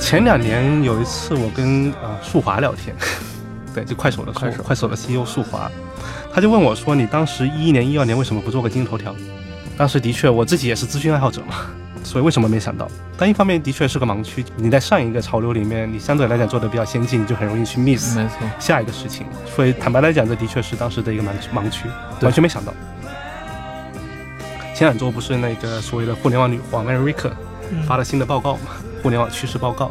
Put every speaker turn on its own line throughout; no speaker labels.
前两年有一次我跟呃树华聊 天，对，就快手的
快手
快手的 CEO 树华，他就问我说：“你当时一一年、一二年为什么不做个今日头条？”当时的确我自己也是资讯爱好者嘛， 所以为什么没想到？但一方面的确是个盲区，你在上一个潮流里面，你相对来讲做的比较先进，你就很容易去 miss
没错，
下一个事情。所以坦白来讲，这的确是当时的一个盲盲区，
对
完全没想到。前两周不是那个所谓的互联网女皇 Erica
嗯
发了新的报告嘛，互联网趋势报告，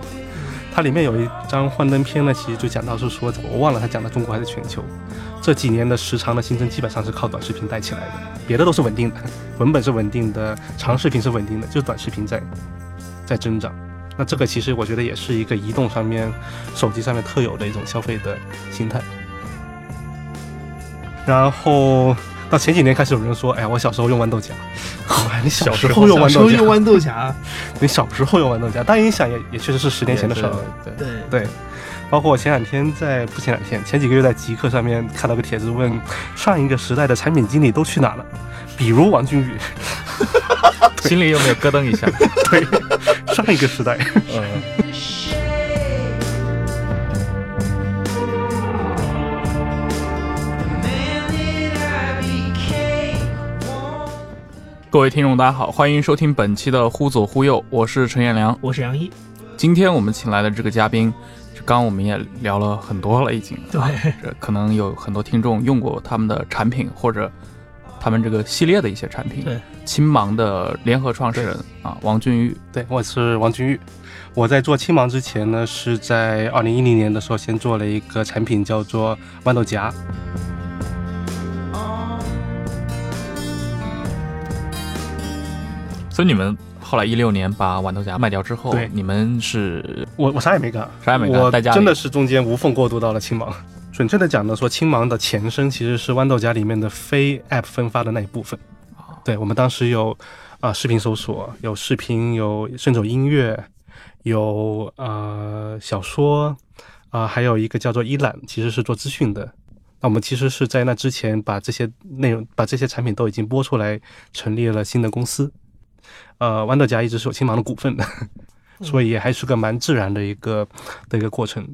它里面有一张幻灯片呢，其实就讲到是说，我忘了它讲的中国还是全球，这几年的时长的新增基本上是靠短视频带起来的，别的都是稳定的， 文本是稳定的，长视频是稳定的，就是短视频在在增长。那这个其实我觉得也是一个移动上面、手机上面特有的一种消费的心态。然后到前几年开始有人说，哎呀，我小时候用豌豆荚， 哇，你小时候用
小
豌
时
豆
候
荚
用，豌豆荚，
你小时候用豌豆荚，但你想也也确实是十年前的事儿了。
对，对，
对，
对，包括我前两天在不前两天前几个月在极客上面看到个帖子问，上一个时代的产品经理都去哪了？比如王俊宇，
心里有没有咯噔一下？
对，上一个时代。
嗯，各位听众，大家好，欢迎收听本期的《忽左忽右》，我是陈彦良。
我是杨一，
今天我们请来的这个嘉宾，这刚我们也聊了很多了，已经。
对，
这可能有很多听众用过他们的产品或者他们这个系列的一些产品。
对，
青芒的联合创始人啊，王俊宇。
对，我是王俊宇。我在做青芒之前呢，是在二零一零年的时候先做了一个产品，叫做豌豆荚。
所以你们后来一六年把豌豆荚卖掉之后
对，
你们是
我我啥也没干，
啥也没干
我
在家里
真的是中间无缝过渡到了青芒。准确的讲呢，说青芒的前身其实是豌豆荚里面的非 App 分发的那一部分。
哦
对，我们当时有啊、呃视频搜索，有视频，有甚至有音乐，有呃小说，啊、还有一个叫做一览，其实是做资讯的。那我们其实是在那之前把这些内容、把这些产品都已经播出来，成立了新的公司。呃，豌豆荚一直是有青芒的股份的，
嗯
所以也还是个蛮自然的一个的一个过程。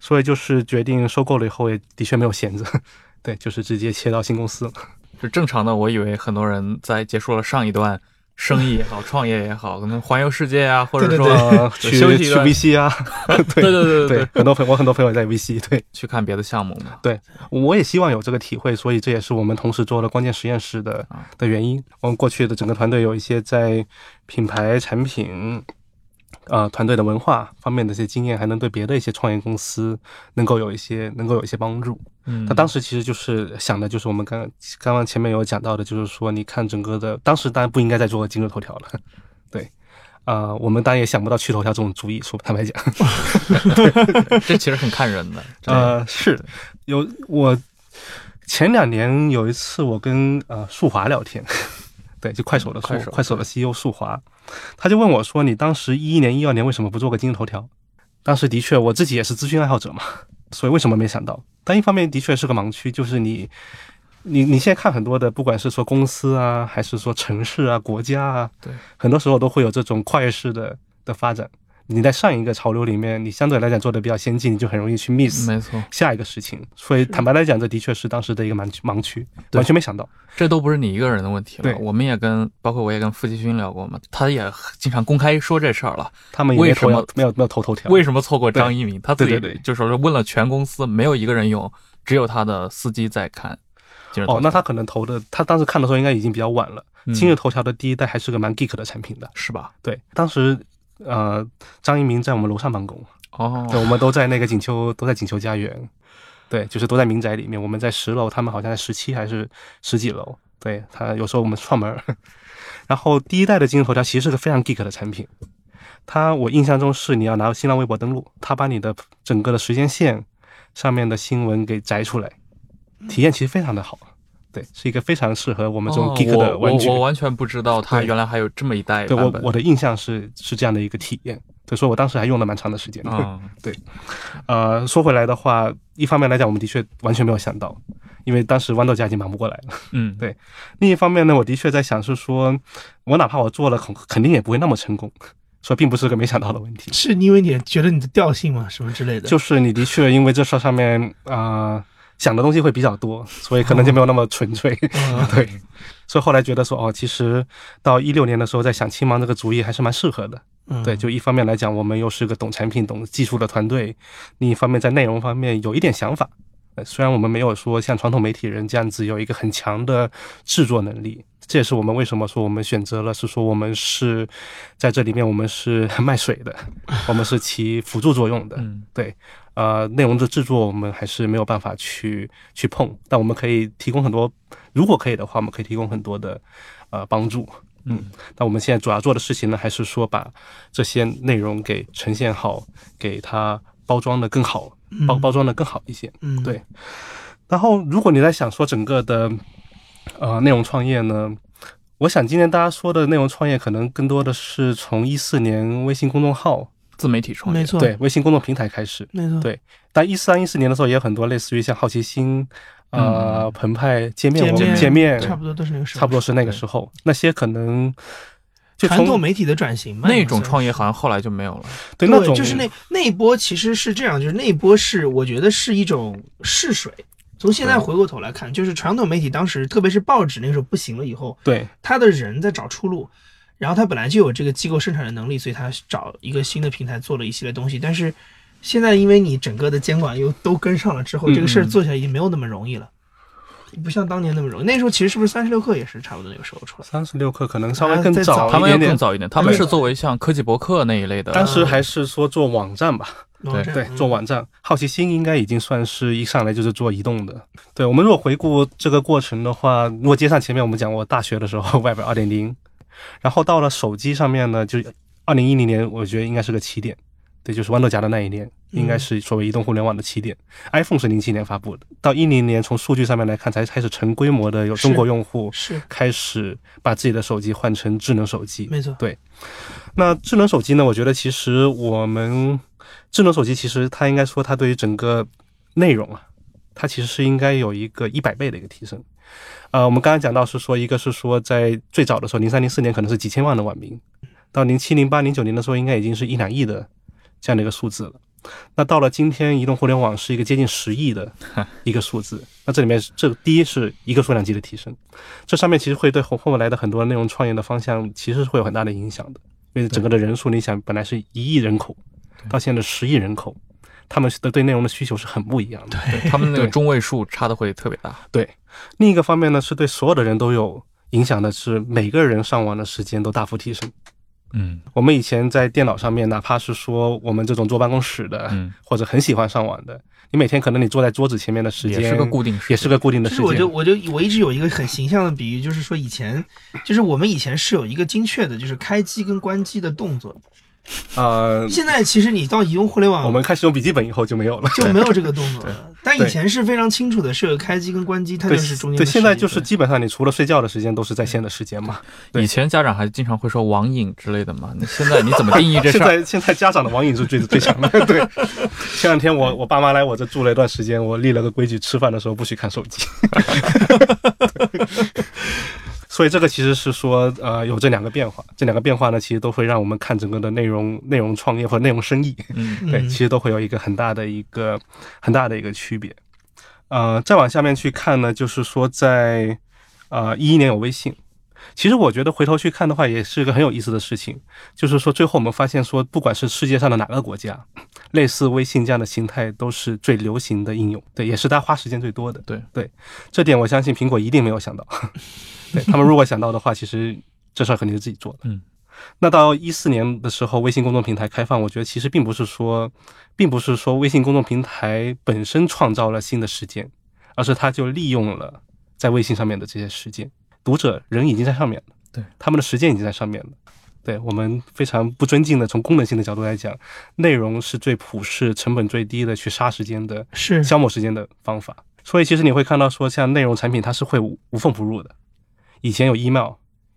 所以就是决定收购了以后，也的确没有闲着， 对，就是直接切到新公司了。
是正常的。我以为很多人在结束了上一段生意也好，创业也好，可能环游世界啊，或者
对对
说
对
呃，去
休息一
去
段
VC 啊，对
对对对
对，很多朋我很多朋友也在 VC，对
去看别的项目嘛。
我也希望有这个体会，所以这也是我们同时做了关键实验室的
啊
的原因。我们过去的整个团队有一些在品牌、产品。呃，团队的文化方面的一些经验，还能对别的一些创业公司能够有一些能够有一些帮助。
嗯，
他当时其实就是想的，就是我们刚刚刚前面有讲到的，就是说，你看整个的，当时当然不应该再做今日头条了， 对，啊、我们当然也想不到去头条这种主意，说坦白讲，
这其实很看人的。
呃，是有我前两年有一次我跟呃树华聊天， 对，就快手的
快
快
手
快手的 CEO 树华，他就问我说，你当时一一年、一二年为什么不做个今日头条？当时的确我自己也是资讯爱好者嘛， 所以为什么没想到？但一方面的确是个盲区，就是你。你你现在看很多的，不管是说公司啊，还是说城市啊、国家啊，
对，
很多时候都会有这种跨越式的的发展。你在上一个潮流里面，你相对来讲做的比较先进，你就很容易去 miss
没错，
下一个事情。所以坦白来讲，这的确是当时的一个盲区盲区，
对
完全没想到。
这都不是你一个人的问题
对
了。我们也跟，包括我也跟付继勋聊过嘛，他也经常公开说这事儿了。
他们也没
为
有
什
投
么
没有没有投头条，
为什么错过张一鸣？他自
嗯
己
对对对
就说是问了全公司，没有一个人用，只有他的司机在看。今日头
哦
条，
那他可能投的，他当时看的时候应该已经比较晚了。
嗯
今日头条的第一代还是个蛮 geek 的产品的，
是吧？
对，当时。呃，张一鸣在我们楼上办公，对，
哦，
我们都在那个锦秋，都在锦秋家园，对，就是都在民宅里面。我们在十楼，他们好像在十七还是十几楼。对他，有时候我们串门儿。然后第一代的今日头条其实是个非常 geek 的产品，它我印象中是你要拿新浪微博登录，它把你的整个的时间线上面的新闻给摘出来，体验其实非常的好。对，是一个非常适合我们这种
哦
geek 的玩具。
我我我完全不知道他
对
原来还有这么一代
对
版
我
本。
我的印象是是这样的一个体验，所以说我当时还用了蛮长的时间的。
嗯，
呃，说回来的话，一方面来讲，我们的确完全没有想到，因为当时豌豆荚已经忙不过来了。
嗯，
对另一方面呢，我的确在想是说，我哪怕我做了，肯肯定也不会那么成功。所以并不是个没想到的问题。
是因为你觉得你的调性嘛，什么之类的，
就是你的确因为这事儿上面啊、呃想的东西会比较多，所以可能就没有那么纯 粹。
嗯
对，所以后来觉得说哦，其实到一六年的时候在想青芒这个主意还是蛮适合的。
嗯
对，就一方面来讲，我们又是个懂产品、懂技术的团队；另一方面，在内容方面有一点想法。呃虽然我们没有说像传统媒体人这样子有一个很强的制作能力，这也是我们为什么说我们选择了是说我们是在这里面我们是 卖水的，我们是起辅助作用的。
嗯
呃，内容的制作我们还是没有办法去去碰，但我们可以提供很多，如果可以的话，我们可以提供很多的呃帮助。
嗯，
那我们现在主要做的事情呢，还是说把这些内容给呈现好，给它包装的更好，包包装的更好一些。
嗯
对然后，如果你在想说整个的呃内容创业呢，我想今天大家说的内容创业，可能更多的是从一四年微信公众号
自媒体创
嗯没
业，
错，
对微信公众平台开始，
没错，
对但一三一四年的时候也有很多类似于像好奇心、呃澎湃、界面、
嗯见
我
面
们界面，
差不多都是那个时候，
差不多是那个时候，那些可能就
传统
从
媒体的转型嘛，
那种创
业。
业好像后来就没有了。
对那
对，
种
就是那那一波其实是这样，就是那一波是我觉得是一种试水。从现在
对
回过头来看，就是传统媒体当时，特别是报纸那时候不行了以后，
对
他的人在找出路，然后他本来就有这个机构生产的能力，所以他找一个新的平台做了一系列东西。但是现在因为你整个的监管又都跟上了之后，
嗯
这个事儿做起来已经没有那么容易了，不像当年那么容易。那时候其实是不是三十六氪也是差不多那个时候出来的？
三十六氪可能稍微更
啊再早
早
他
一
们要
点
更
点，
早一点，他们是作为像科技博客那一类
当
的，
时还是说做网站吧，
网站
对，
嗯
做网站，好奇心应该已经算是一上来就是做移动的。对我们如果回顾这个过程的话，如果接上前面我们讲我大学的时候 Web 二点零，然后到了手机上面呢，就二零一零年，我觉得应该是个起点。对，就是豌豆荚的那一年，应该是所谓移动互联网的起点。iPhone 是零七年发布的，到一零年从数据上面来看，才开始成规模的有中国用户
是
开始把自己的手机换成智能手机。
没错，
那智能手机呢？我觉得其实我们智能手机其实它应该说它对于整个内容啊，它其实是应该有一个一百倍的一个提升。呃，我们刚刚讲到是说，一个是说在最早的时候，零三零四年可能是几千万的网民，到零七零八零九年的时候，应该已经是一两亿的这样的一个数字了。那到了今天，移动互联网是一个接近十亿的一个数字。那这里面是这第一是一个数量级的提升，这上面其实会对后后来的很多内容创业的方向其实是会有很大的影响的。因为整个的人数，你想本来是一亿人口，到现在的十亿人口，他们的对内容的需求是很不一样的。
对他们那个
对
中位数差的会特别大。
另一个方面呢，是对所有的人都有影响的，是每个人上网的时间都大幅提升。
嗯
我们以前在电脑上面，哪怕是说我们这种坐办公室的，
嗯，
或者很喜欢上网的，你每天可能你坐在桌子前面的时间
也是个固定时间，
也是个固定的
其
时
实
间。
我就我就我一直有一个很形象的比喻，就是说以前，就是我们以前是有一个精确的，就是开机跟关机的动作。
呃，
现在其实你到移动互联网，
我们开始用笔记本以后就没有了。
就没有这个动作了。但以前是非常清楚的，是有开机跟关机，它
对
就是中间的
对，
时间。
现在就是基本上你除了睡觉的时间都是在线的时间嘛。对
以前家长还经常会说网瘾之类的 嘛，那现在你怎么定义这
现
事儿？
在现在家长的网瘾是最最强的。 对，前两天我我爸妈来我这住了一段时间，我立了个规矩，吃饭的时候不许看手 机。所以这个其实是说，呃，有这两个变化，这两个变化呢，其实都会让我们看整个的内容、内容创业或者内容生意，
嗯
对，
嗯
其实都会有一个很大的一个很大的一个区别。呃，再往下面去看呢，就是说在呃一一年有微信，其实我觉得回头去看的话，也是一个很有意思的事情，就是说最后我们发现说，不管是世界上的哪个国家，类似微信这样的形态都是最流行的应用，对，也是大家花时间最多的。
对
对，这点我相信苹果一定没有想到，对他们如果想到的话，其实这事儿肯定是自己做的。
嗯。
那到一四年的时候，微信公众平台开放，我觉得其实并不是说，并不是说微信公众平台本身创造了新的时间，而是它就利用了在微信上面的这些时间，读者人已经在上面了，
对，
他们的时间已经在上面了。对我们非常不尊敬的，从功能性的角度来讲，内容是最普世、成本最低的去杀时间的
是
消磨时间的方法。所以其实你会看到说，像内容产品它是会无无缝不入的。以前有 email，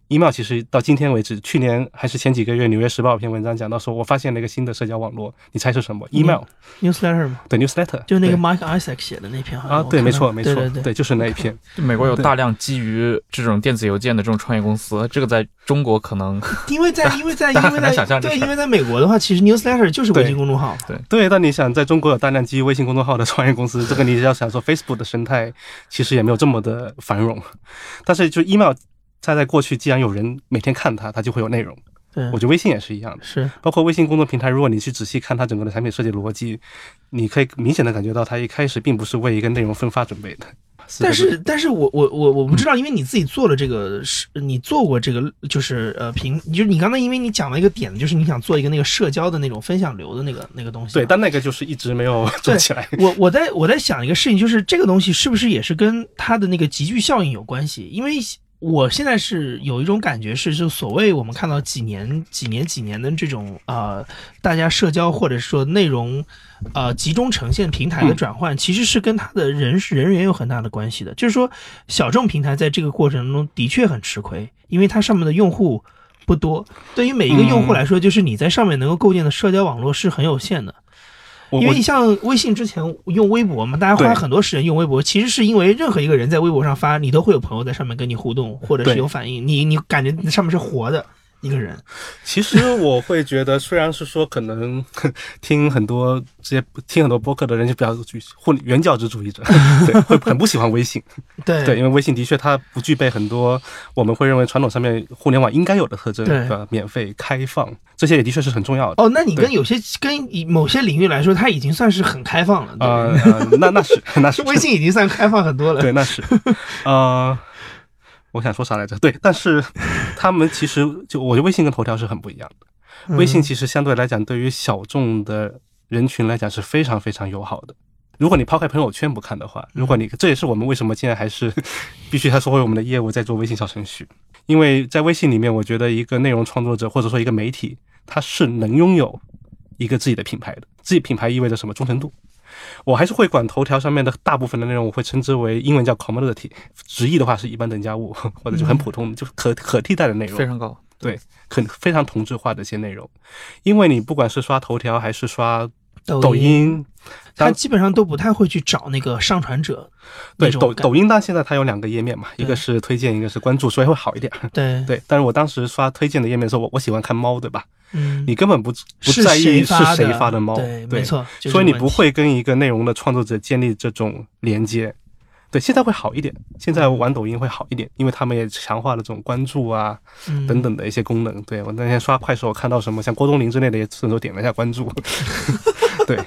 email 其实到今天为止，去年还是前几个月，《纽约时报》有篇文章讲到说，我发现了一个新的社交网络，你猜是什么？email，
newsletter 嘛，
对，newsletter，
嗯就那
对
个 Mike Isaac 写的那篇，好像
啊，
我
对，
看
没
到
错，没错，
对对对，
就是那一 篇。
就美国有大量基于这种电子邮件的这种创业公司，这个在中国可能
因为在因为在
大家
因为
很难想
在
象这
对，
事儿
因为在美国的话，其实 newsletter 就是微信公众号嘛，
对，但你想，在中国有大量基于微信公众号的创业公司，这个你要想说，Facebook 的生态其实也没有这么的繁荣。但是就 email，它在过去既然有人每天看它，它就会有内容。
对
我，觉得微信也是一样的，
是
包括微信公众平台，如果你去仔细看它整个的产品设计逻辑，你可以明显的感觉到它一开始并不是为一个内容分发准备的。
但是，但是我我我我不知道，因为你自己做了这个，是你做过这个，就是呃平，就是你刚才因为你讲了一个点，就是你想做一个那个社交的那种分享流的那个那个东西。啊
对， 但那个就是一直没有做起 来。
我我在我在想一个事情，就是这个东西是不是也是跟它的那个集聚效应有关系？因为我现在是有一种感觉是，就所谓我们看到几年几年几年的这种呃，大家社交或者说内容呃集中呈现平台的转换，其实是跟它的人人员有很大的关系的。就是说，小众平台在这个过程中的确很吃亏，因为它上面的用户。不多，对于每一个用户来说，就是你在上面能够构建的社交网络是很有限的。
我
因
我
为你像微信之前用微博嘛，大家
对
花很多时间用微博，其实是因为任何一个人在微博上发，你都会有朋友在上面跟你互动，或者是
对
有反应，你你感觉你上面是活的一个人，
其实我会觉得，虽然是说可能 听很多这些听很多播客的人就比较 具混原教旨主义者，对，会很不喜欢微信，
对
对，因为微信的确它不具备很多我们会认为传统上面互联网应该有的特征，
对
吧？免费、开放，这些也的确是很重要的。
哦，那你
对
跟有些跟以某些领域来说，它已经算是很开放了，对
呃，呃那那是 那是
微信已经算开放很多了，
对，那是，呃，我想说啥来着？对，但是他们其实就我觉得微信跟头条是很不一样的。
嗯
微信其实相对来讲，对于小众的人群来讲是非常非常友好的。如果你抛开朋友圈不看的话，如果你这也是我们为什么现在还是必须还说回我们的业务在做微信小程序，因为在微信里面，我觉得一个内容创作者或者说一个媒体，他是能拥有一个自己的品牌的。自己品牌意味着什么忠诚度？我还是会管头条上面的大部分的内容，我会称之为英文叫 commodity，直译的话是一般等价物，或者就很普通，就是可可替代的内容
非，常高。
可非常同质化的一些内容。因为你不管是刷头条还是刷抖
抖，
音，
它基本上都不太会去找那个上传者那
对
种
抖
感，
抖音，它现在它有两个页面嘛，一
对
个是推荐，一个是关注，所以会好一点。
对，
对，但是我当时刷推荐的页面的时候，我我喜欢看猫，对吧？
嗯，
你根本不不
是
在意是
发
谁发的猫，
对，没错，就是
所以你
问
不
题
会跟一个内容的创作者建立这种连接。对，现在会好一点，现在玩抖音会好一点，因为他们也强化了这种关注啊
嗯
等等的一些功能。对我那天刷快手看到什么，像郭冬临之类的，也顺手点了一下关 注。对，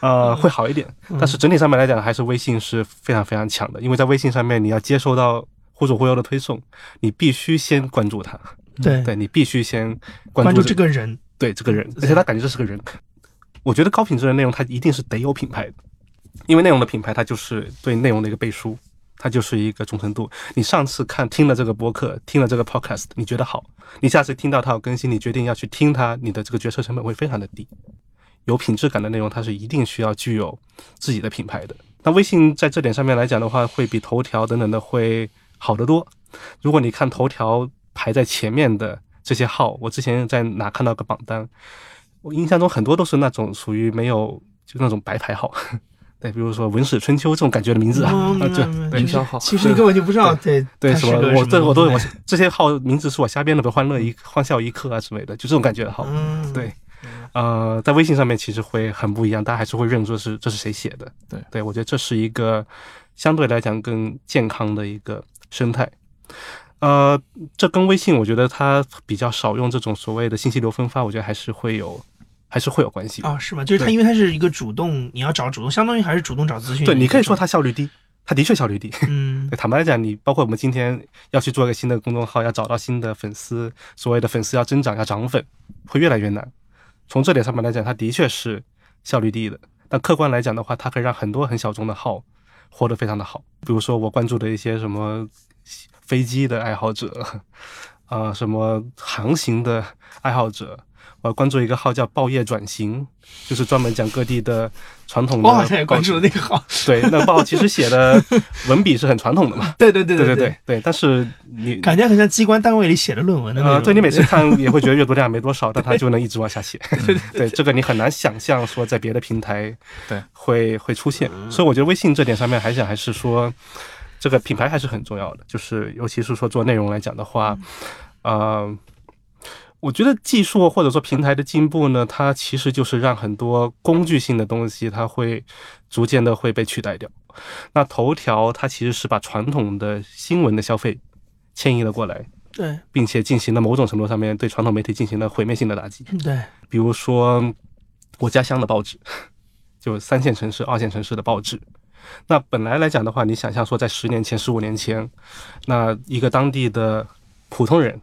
呃，
嗯
会好一点，但是整体上面来讲，还是微信是非常非常强的，因为在微信上面你要接收到。忽左忽右的推送，你必须先关注他，
对
对你必须先
关
关
注
注
这个人，
对这个人，而且他感觉这是个人。我觉得高品质的内容，它一定是得有品牌的，因为内容的品牌，它就是对内容的一个背书，它就是一个忠诚度。你上次看听了这个播客，听了这个 podcast，你觉得好，你下次听到它有更新，你决定要去听它，你的这个决策成本会非常的低。有品质感的内容，它是一定需要具有自己的品牌的。那微信在这点上面来讲的话，会比头条等等的会好得多。如果你看头条排在前面的这些号，我之前在哪看到个榜单，我印象中很多都是那种属于没有就那种白牌号， 对，比如说“文史春秋”这种感觉的名字啊，
嗯
啊， 就
嗯
对
嗯
营销号
其实你根本就不知道，对
对
它
什
是
么
个
我
什
这我都
东
我
西
这些号名字是我瞎编的，比如“欢乐一刻”“欢笑一刻”啊之类的，就这种感觉的号。
嗯，
对呃，在微信上面其实会很不一样，大家还是会认出是这是谁写的。
对
对，我觉得这是一个相对来讲更健康的一个生态。呃，这跟微信我觉得它比较少用这种所谓的信息流分发，我觉得还是会有，还是会有关系。
哦，是吗？就是它，
对
因为它是一个主动，你要找主动，相当于还是主动找资讯。
对你可以说，它效率低，它的确效率低。
嗯，
对，坦白来讲，你包括我们今天要去做一个新的公众号，要找到新的粉丝，所谓的粉丝要增长、要涨粉，会越来越难。从这点上面来讲，它的确是效率低的。但客观来讲的话，它可以让很多很小众的号活得非常的好。比如说我关注的一些什么飞机的爱好者，啊、什么航行的爱好者，我还关注一个号叫“报业转型”，就是专门讲各地的传统的。
我好像也关注了。那个号，
对，那报其实写的文笔是很传统的嘛。
对对 对
对
对
对，对，但是你
感觉很像机关单位里写的论文的那
呃，
种。
对你每次看也会觉得阅读量没多少，但它就能一直往下 写。对，这个你很难想象说在别的平台
对
会会出现，所以我觉得微信这点上面还想还是说，这个品牌还是很重要的，就是尤其是说做内容来讲的话，
嗯
呃。我觉得技术或者说平台的进步呢，它其实就是让很多工具性的东西，它会逐渐的会被取代掉。那头条它其实是把传统的新闻的消费迁移了过来，
对
并且进行了某种程度上面对传统媒体进行了毁灭性的打击。
对，
比如说我家乡的报纸， 就三线城市、二线城市的报纸。那本来来讲的话，你想象说，在十年前、十五年前，那一个当地的普通人，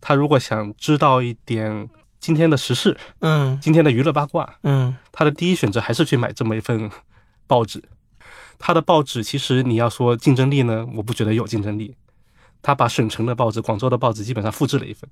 他如果想知道一点今天的时事、
嗯
今天的娱乐八卦，
嗯，
他的第一选择还是去买这么一份报纸。他的报纸其实你要说竞争力呢，我不觉得有竞争力。他把省城的报纸、广州的报纸基本上复制了一份。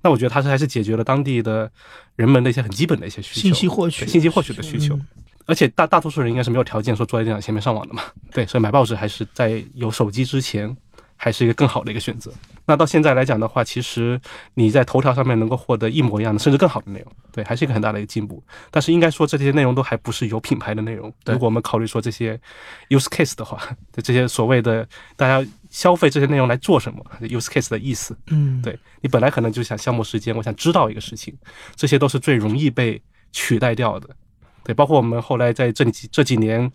那我觉得他是还是解决了当地的人们的一些很基本的一些需求，
信息获取嗯
对信息获取的需求。而且大大多数人应该是没有条件说坐在电脑前面上网的嘛，对，所以买报纸还是在有手机之前，还是一个更好的一个选择。那到现在来讲的话，其实你在头条上面能够获得一模一样的，甚至更好的内容，对，还是一个很大的一个进步。但是应该说这些内容都还不是有品牌的内容。
对
如果我们考虑说这些 use case 的话， 对这些所谓的大家消费这些内容来做什么 use case 的意思，
嗯，
对你本来可能就想消磨时间，我想知道一个事情，这些都是最容易被取代掉的。对，包括我们后来在这几这几年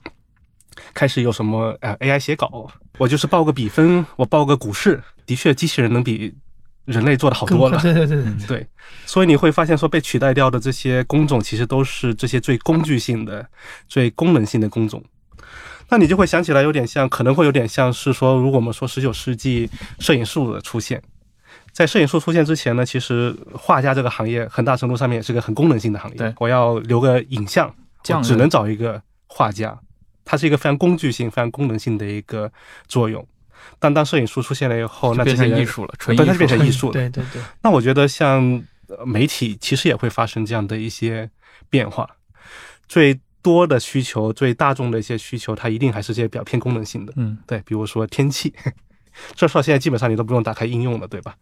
开始有什么呃 AI 写稿，我就是报个比分，我报个股市，的确机器人能比人类做的好
更
多嗯了。
对对对对，
对，所以你会发现说被取代掉的这些工种，其实都是这些最工具性的、最功能性的工种。那你就会想起来，有点像，可能会有点像是说，如果我们说十九世纪摄影术的出现，在摄影术出现之前呢，其实画家这个行业很大程度上面也是个很功能性的行业。
对
我要留个影像，我
匠
只
人
能找一个画家，它是一个非常工具性、非常功能性的一个作用。但当摄影术出现了以后，那这
变
些
成
人
艺术了，纯艺
对它就
术
变成
了
艺术了
对对对，
那我觉得像呃媒体其实也会发生这样的一些变化，最多的需求、最大众的一些需求，它一定还是这些比较偏功能性的。
嗯，
对，比如说天气， 这事儿现在基本上你都不用打开应用了，对吧？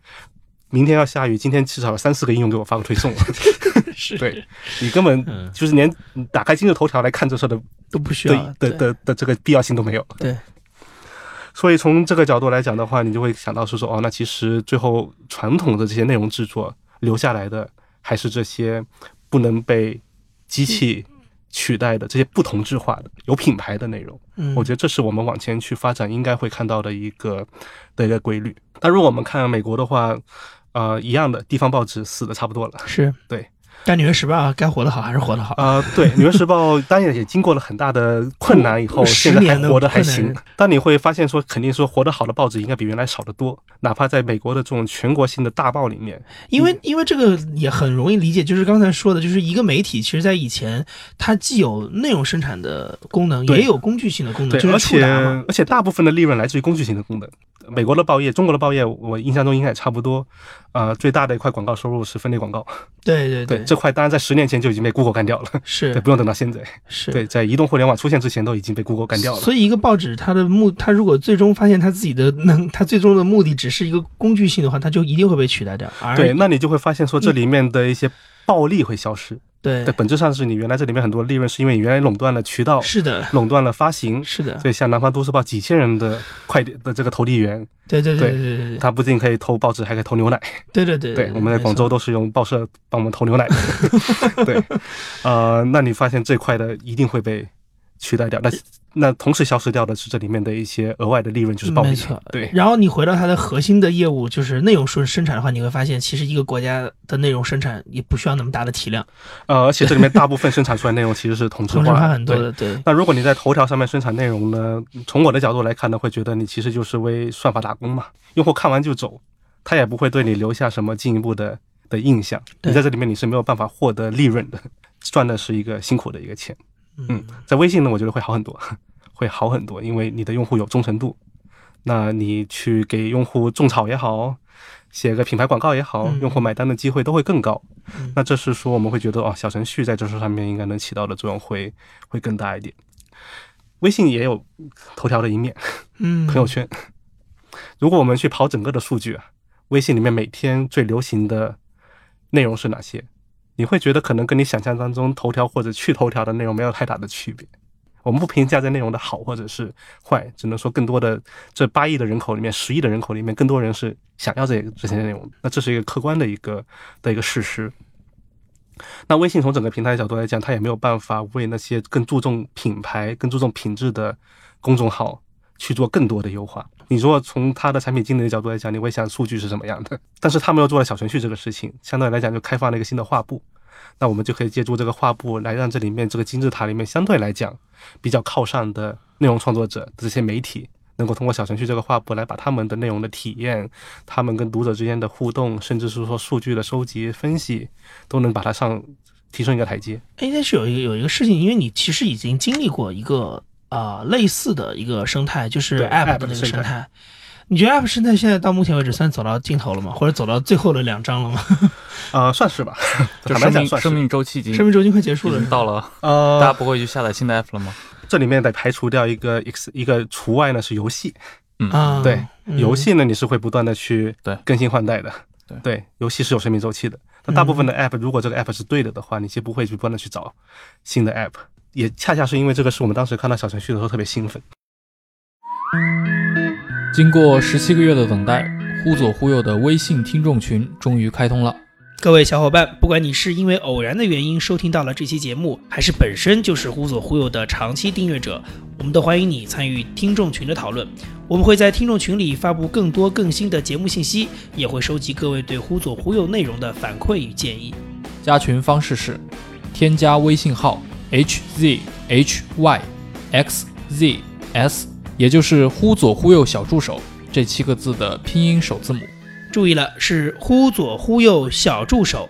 明天要下雨，今天至少有三四个应用给我发个推送了，
是，
对你根本
嗯
就是连打开今日头条来看这事儿的
都不需要
的的的的这个必要性都没有。
对，
所以从这个角度来讲的话，你就会想到是说，哦，那其实最后传统的这些内容制作留下来的，还是这些不能被
嗯
机器取代的、这些不同质化的、有品牌的内容。
嗯，
我觉得这是我们往前去发展应该会看到的一个的一个规律。那如果我们看美国的话，呃，一样的地方报纸死的差不多了。
是
对。
但《纽约时报》啊该活得好还是活得好，
啊、对，《纽约时报》 当然也经过了很大的困难以后，
十
现在
年
还
的
活得还
困难
行。但你会发现说，肯定说活得好的报纸应该比原来少得多，哪怕在美国的这种全国性的大报里面，
因为因为这个也很容易理解，就是刚才说的，就是一个媒体，其实在以前它既有内容生产的功能，
对
也有工具性的功能，
对，
嗯就是
而
触
且
达嘛，
而且大部分的利润来自于工具型的功能。美国的报业，中国的报业，我印象中应该也差不多。呃，最大的一块广告收入是分类广告，
对对
对这块当然在十年前就已经被 Google 干掉了，对，
是
不用等到现在，
是
对，在移动互联网出现之前都已经被 Google 干掉了。
所以，一个报纸它的目，它如果最终发现它自己的能，它最终的目的只是一个工具性的话，它就一定会被取代掉。而
对，那你就会发现说
嗯
这里面的一些暴利会消失。
对
对，本质上是你原来这里面很多利润是因为你原来垄断了渠道，
是的，
垄断了发行，
是的，
所以像南方都市报几千人的快递的这个投递员，
对对
对
对对对对
他不仅可以投报纸，还可以投牛奶。
对对对
对，我们在广州都是用报社帮我们投牛奶的。 对，呃，那你发现这块的一定会被取代掉，那那同时消失掉的是这里面的一些额外的利润，就是暴利
没错。
对，
然后你回到它的核心的业务，就是内容生生产的话，你会发现，其实一个国家的内容生产也不需要那么大的体量，
呃，而且这里面大部分生产出来内容其实是同质
同质
化
化
的，
很多
对
的，对，
那如果你在头条上面生产内容呢，从我的角度来看呢，会觉得你其实就是为算法打工嘛，用户看完就走，他也不会对你留下什么进一步的的印象。
对
你在这里面你是没有办法获得利润的，赚的是一个辛苦的一个钱。
嗯，
在微信呢，我觉得会好很多， 会好很多，因为你的用户有忠诚度，那你去给用户种草也好，写个品牌广告也好，
嗯
用户买单的机会都会更高。
嗯
那这是说我们会觉得哦，小程序在这上面应该能起到的作用会会更大一点。微信也有头条的一面，
嗯，
朋友圈。 如果我们去跑整个的数据啊，微信里面每天最流行的内容是哪些？你会觉得可能跟你想象当中头条或者去头条的内容没有太大的区别。我们不评价这内容的好或者是坏，只能说更多的这八亿的人口里面，十亿的人口里面，更多人是想要这这些内容。那这是一个客观的一个的一个事实。那微信从整个平台角度来讲，它也没有办法为那些更注重品牌、更注重品质的公众号去做更多的优化。你如果从它的产品经理的角度来讲，你会想数据是什么样的？ 但是他们又做了小程序这个事情，相对来讲就开放了一个新的画布。那我们就可以借助这个画布来让这里面这个金字塔里面相对来讲比较靠上的内容创作者这些媒体，能够通过小程序这个画布来把他们的内容的体验、他们跟读者之间的互动，甚至是说数据的收集、分析，都能把它上提升一个台阶。
哎，但是有一个有一个事情，因为你其实已经经历过一个呃类似的一个生态，就是
对
App
，app 的
的那个
生
生
态
态。你觉得 App 生态现在到目前为止算走到尽头了吗？或者走到最后的两章了吗？
啊，算是吧，
就
坦
生
白讲
命
算
生
是。
命周期已经
生命周期快结束
已
了
经
是吧，
到了，大家
呃，
不会去下载新的 app 了吗？
这里面得排除掉一个 ex 一个除外呢是游戏，
啊，
对
嗯
游戏呢你是会不断的去
对
更新换代的，
对嗯
游戏是有生命周期的。那大部分的 app 如果这个 app 是对的的话，你就不会去不断的去找新的 app。也恰恰是因为这个，是我们当时看到小程序的时候特别兴奋。
经过十七个月的等待，忽左忽右的微信听众群终于开通了。
各位小伙伴，不管你是因为偶然的原因收听到了这期节目，还是本身就是忽左忽右的长期订阅者，我们都欢迎你参与听众群的讨论。我们会在听众群里发布更多更新的节目信息，也会收集各位对忽左忽右内容的反馈与建议。
加群方式是添加微信号 hzhyxzs，也就是“忽左忽右小助手”这七个字的拼音首字母。
注意了，是忽左忽右小助手，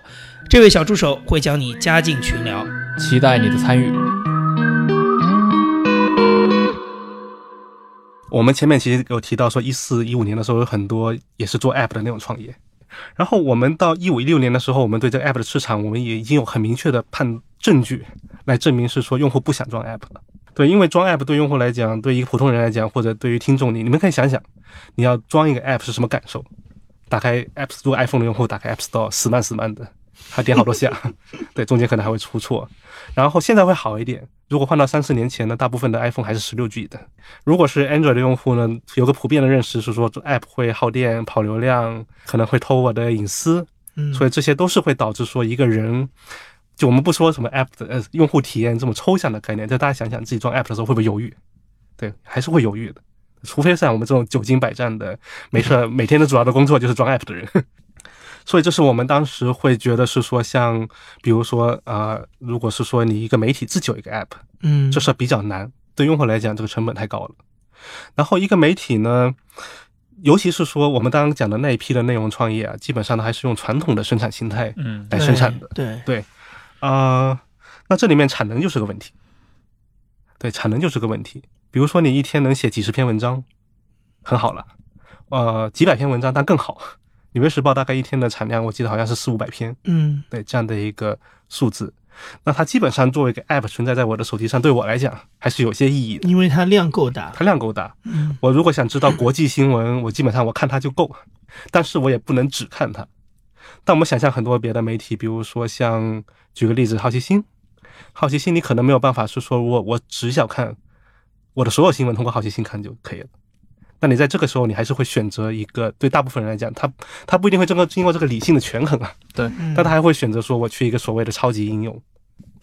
这位小助手会将你加进群聊。
期待你的参与。
我们前面其实有提到说，一四一五年的时候有很多也是做 app 的那种创业，然后我们到一五一六年的时候，我们对这个 app 的市场，我们也已经有很明确的判证据来证明是说用户不想装 app 了。对，因为装 app 对用户来讲，对一个普通人来讲，或者对于听众你，你们可以想想，你要装一个 app 是什么感受？打开 app，如果 iPhone 的用户打开 App Store，死慢死慢的，还点好多下，对，中间可能还会出错。然后现在会好一点，如果换到三四年前呢，大部分的 iPhone 还是十六 G 的，如果是 Android 的用户呢，有个普遍的认识是说这，App 会耗电、跑流量，可能会偷我的隐私，
嗯
所以这些都是会导致说一个人，就我们不说什么 App 的呃用户体验这么抽象的概念，就大家想想自己装 App 的时候会不会犹豫？对，还是会犹豫的，除非像我们这种久经百战的，没事儿每天的主要的工作就是装 App 的人。 所以这是我们当时会觉得是说，像比如说，呃，如果是说你一个媒体自己有一个 app，
嗯
这事儿比较难，对用户来讲这个成本太高了。然后一个媒体呢，尤其是说我们刚刚讲的那一批的内容创业啊，基本上呢还是用传统的生产形态
嗯，
来生产的
对，
啊、那这里面产能就是个问题，对，产能就是个问题。比如说你一天能写几十篇文章，很好了，呃，几百篇文章但更好。纽约时报大概一天的产量，我记得好像是四五百篇，
嗯
对这样的一个数字。那它基本上作为一个 app 存在在我的手机上，对我来讲还是有些意义的。
因为它量够大，
它量够大。
嗯
我如果想知道国际新闻，我基本上我看它就够，但是我也不能只看它。但我们想象很多别的媒体，比如说像举个例子，好奇心，好奇心你可能没有办法是说我我只想看我的所有新闻，通过好奇心看就可以了。那你在这个时候，你还是会选择一个对大部分人来讲，他他不一定会经过经过这个理性的权衡啊，
嗯
但他还会选择说我去一个所谓的超级应用。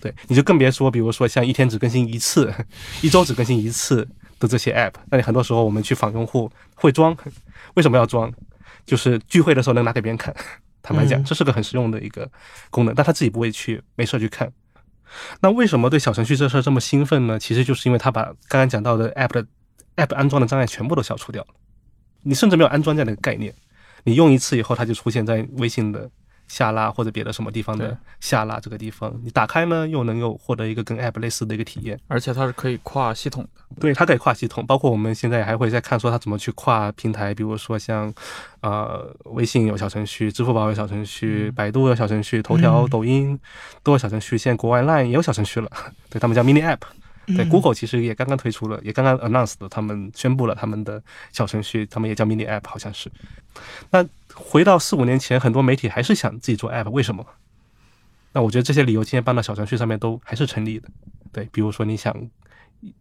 对，你就更别说，比如说像一天只更新一次、 一周只更新一次的这些 app，那你很多时候我们去访用户会装，为什么要装？就是聚会的时候能拿给别人看。 坦白讲，
嗯
这是个很实用的一个功能，但他自己不会去没事儿去看。那为什么对小程序这事儿这么兴奋呢？其实就是因为他把刚刚讲到的 app 的 app 安装的障碍全部都消除掉了，你甚至没有安装这样的概念，你用一次以后，它就出现在微信的下拉或者别的什么地方
对
的下拉这个地方，你打开呢又能够获得一个跟 App 类似的一个体验。
而且它是可以跨系统的。
对，它可以跨系统，包括我们现在还会在看说它怎么去跨平台，比如说像，呃，微信有小程序，支付宝有小程序，百度有小程序，头条、
嗯
抖音都有小程序，现在国外 Line 也有小程序了，对他们叫 Mini App。对
嗯
，Google 其实也刚刚推出了，也刚刚 announced，了他们宣布了他们的小程序，他们也叫 Mini App，好像是。那回到四五年前，很多媒体还是想自己做 App，为什么？那我觉得这些理由今天搬到小程序上面都还是成立的。对，比如说你想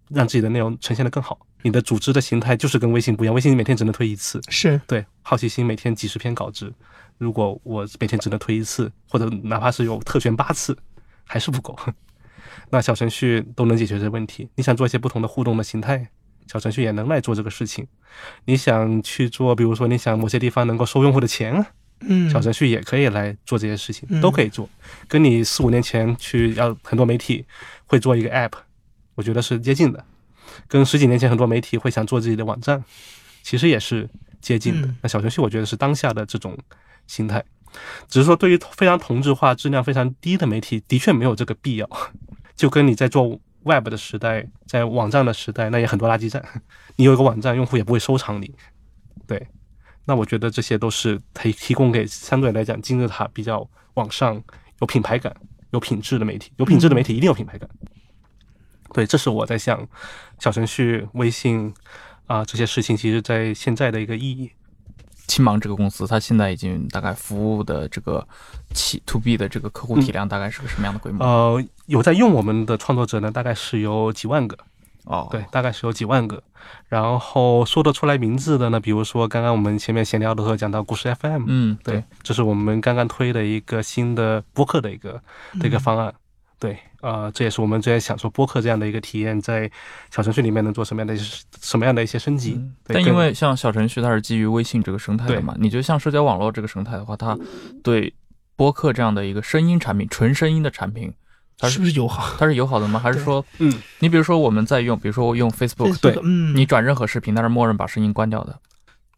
让自己的内容呈现得更好，你的组织的形态就是跟微信不一样，微信每天只能推一次，
是
对，好奇心每天几十篇稿子，如果我每天只能推一次，或者哪怕是有特权八次，还是不够。 那小程序都能解决这问题。你想做一些不同的互动的形态，小程序也能来做这个事情。你想去做，比如说你想某些地方能够收用户的钱啊，
嗯
小程序也可以来做这些事情，
嗯
都可以做。跟你四五年前去要很多媒体会做一个 app，我觉得是接近的。跟十几年前很多媒体会想做自己的网站，其实也是接近的
嗯。
那小程序我觉得是当下的这种心态，只是说对于非常同质化、质量非常低的媒体，的确没有这个必要。就跟你在做 web 的时代，在网站的时代，那也很多垃圾站。你有一个网站，用户也不会收藏你。对，那我觉得这些都是提提供给相对来讲金字塔比较往上、有品牌感、有品质的媒体。有品质的媒体一定有品牌感。对，这是我在想小程序、微信啊、这些事情，其实在现在的一个意义。
青芒这个公司，它现在已经大概服务的这个企 to B 的这个客户体量大概是个什么样的规模？
呃，有在用我们的创作者呢，大概是有几万个。
哦，
对，，大概是有几万个。然后说得出来名字的呢，比如说刚刚我们前面闲聊的时候讲到故事 FM，、
嗯，
对
对，，
这是我们刚刚推的一个新的播客的一个
嗯
的一个方案。对，呃，这也是我们之前想说播客这样的一个体验，在小程序里面能做什么样的一些什么样的一些升级。
嗯
对
但
跟
因为像小程序，它是基于微信这个生态的嘛，你就像社交网络这个生态的话，它对播客这样的一个声音产品，纯声音的产品，它
嗯是
是
不是友好？
它是友好的吗？还是说，
嗯，
你比如说我们在用，比如说我用 Facebook，
对
Facebook，嗯，
你转任何视频，它是默认把声音关掉的。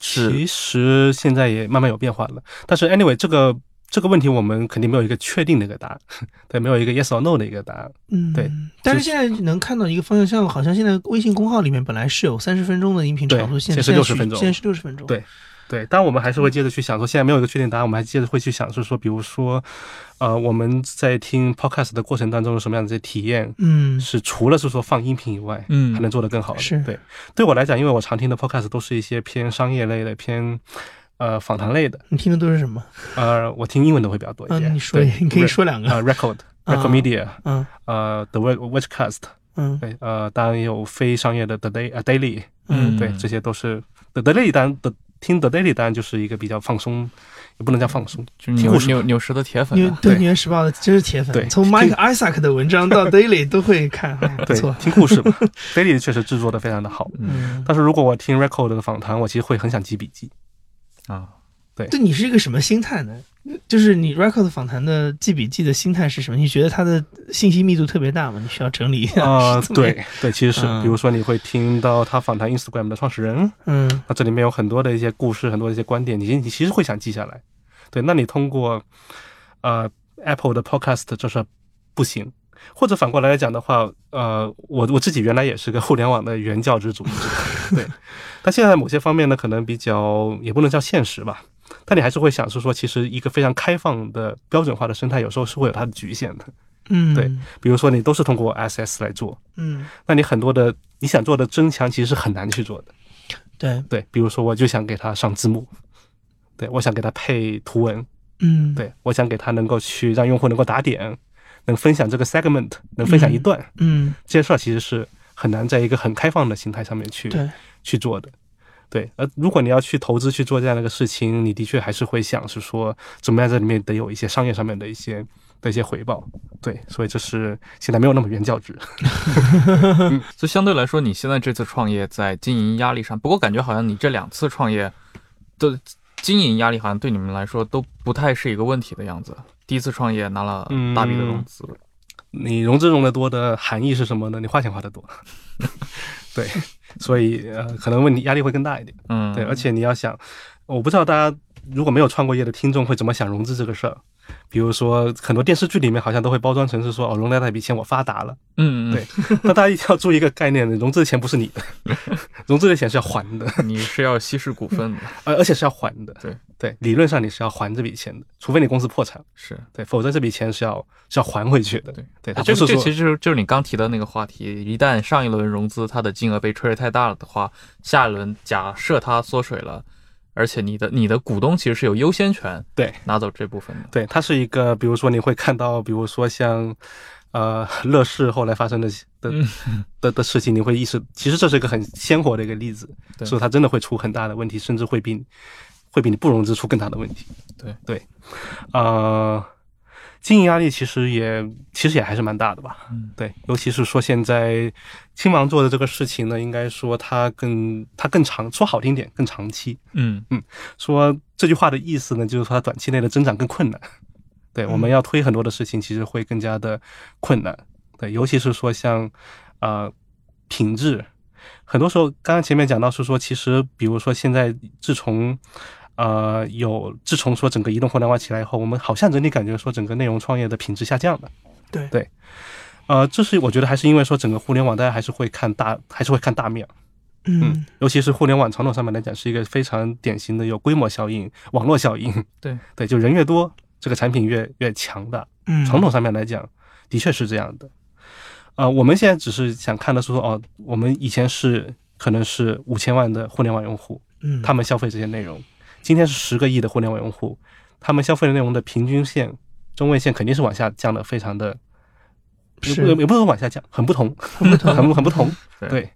是
其实现在也慢慢有变化了，但是 anyway 这个。这个问题我们肯定没有一个确定的一个答案，对，没有一个 yes or no 的一个答案。
嗯
对。
但是现在能看到一个方向，像好像现在微信公号里面本来是有三十分钟的音频
对
长度，现在
现在是60
现在
分钟
现在是六十分钟。
对对，但我们还是
嗯
会接着去想说，现在没有一个确定答案，我们还接着会去想是说，比如说，呃，我们在听 podcast 的过程当中有什么样的一些体验，
嗯，
是除了是说放音频以外，
嗯
还能做得更好的。
是
对，对我来讲，因为我常听的 podcast 都是一些偏商业类的、偏呃访谈类的，
你听的都是什么？
呃，我听英文的会比较多一点。
嗯，你说一
对
个，你可以说两个。
呃 record、
啊
record media、
嗯
呃 the w e d c a s t
嗯
对，呃，当然也有非商业的 the day 呃 daily，
嗯
对，这些都是 The Daily 单的听 The Daily 单就是一个比较放松，也不能叫放松，
就是纽纽纽时的铁粉
因为
啊，
对
嗯
《
对
纽约时报》的真是铁粉，
对
从 Mike Isaac 的文 章到 Daily 都会看，哎不
对
错，。
听故 事吧。Daily 确实制作的非常的好，
嗯，
但是如果我听 Record 的访谈，我其实会很想记笔 记。
啊，
对你是一个什么心态呢？就是你 Record 访谈的记笔记的心态是什么？你觉得它的信息密度特别大吗？你需要整理一下？
啊，
是这么样
对，对，其实是，
嗯
比如说你会听到他访谈 Instagram 的创始人，
嗯
那这里面有很多的一些故事，很多的一些观点，你你其实会想记下来。对，那你通过呃 Apple 的 Podcast 这是不行。或者反过来来讲的话，呃，我我自己原来也是个互联网的原教旨主义者，对。但现在某些方面呢，可能比较也不能叫现实吧，但你还是会想是说，其实一个非常开放的标准化的生态，有时候是会有它的局限的。
嗯，
对，比如说你都是通过 SS 来做，
嗯
那你很多的你想做的增强，其实是很难去做的。
对，
对，比如说我就想给它上字幕，对我想给它配图文，
嗯
对我想给它能够去让用户能够打点，能分享这个 segment，能分享一段，
嗯
这些事儿其实是很难在一个很开放的心态上面去
对，
去做的。对，呃，如果你要去投资去做这样的一个事情，你的确还是会想是说，怎么样在里面得有一些商业上面的一些的一些回报。对，所以这是现在没有那么原教旨。
所以相对来说，你现在这次创业在经营压力上，不过感觉好像你这两次创业的经营压力，好像对你们来说都不太是一个问题的样子。第一次创业拿了大笔的融资，
你融资融得多的含义是什么呢？你花钱花得多。 对，所以呃，可能问题压力会更大一点。
嗯，
对，而且你要想，我不知道大家如果没有创过业的听众会怎么想融资这个事儿。比如说很多电视剧里面好像都会包装成是说哦，融了那笔钱我发达了，
嗯，嗯
对但大家一定要注意一个概念：融资的钱不是你的， 融资的钱是要还的，
嗯你是要稀释股份的，
而而且是要还的。
对
对，理论上你是要还这笔钱的，除非你公司破产，
是
对，否则这笔钱是要是要还回去的。
对
对，它
啊
不
这
是
个这
说
其实就是就是你刚提的那个话题，一旦上一轮融资它的金额被吹得太大了的话，下一轮假设它缩水了，而且你的你的股东其实是有优先权，
对，
拿走这部分的，
对，它是一个，比如说你会看到，比如说像，呃，乐视后来发生的的
嗯
的的事情，你会意识，其实这是一个很鲜活的一个例子，
对
所以它真的会出很大的问题，甚至会比会比你不融资出更大的问题。
对
对，呃，经营压力其实也其实也还是蛮大的吧。
嗯，
对，尤其是说现在青芒做的这个事情呢，应该说它更它更长，说好听点更长期，
嗯
说这句话的意思呢，就是说它短期内的增长更困难。 对，我们要推很多的事情，其实会更加的困难。对，尤其是说像呃品质，很多时候刚刚前面讲到是说，其实比如说现在自从呃有自从说整个移动互联网起来以后，我们好像整体感觉说整个内容创业的品质下降了。
对
对，呃，这是我觉得还是因为说整个互联网大家还是会看大，还是会看大面。嗯
嗯，，
尤其是互联网传统上面来讲，是一个非常典型的有规模效应、网络效应。
对
对，就人越多，这个产品越越强大。
嗯
传统上面来讲，的确是这样的。呃，我们现在只是想看的是说，哦，我们以前是可能是五千万的互联网用户，
嗯
他们消费这些内容；今天是十个亿的互联网用户，他们消费的内容的平均线、中位线肯定是往下降的，非常的，也
是
不也不能往下降，很不同，很不同， 很很不同。
对
对，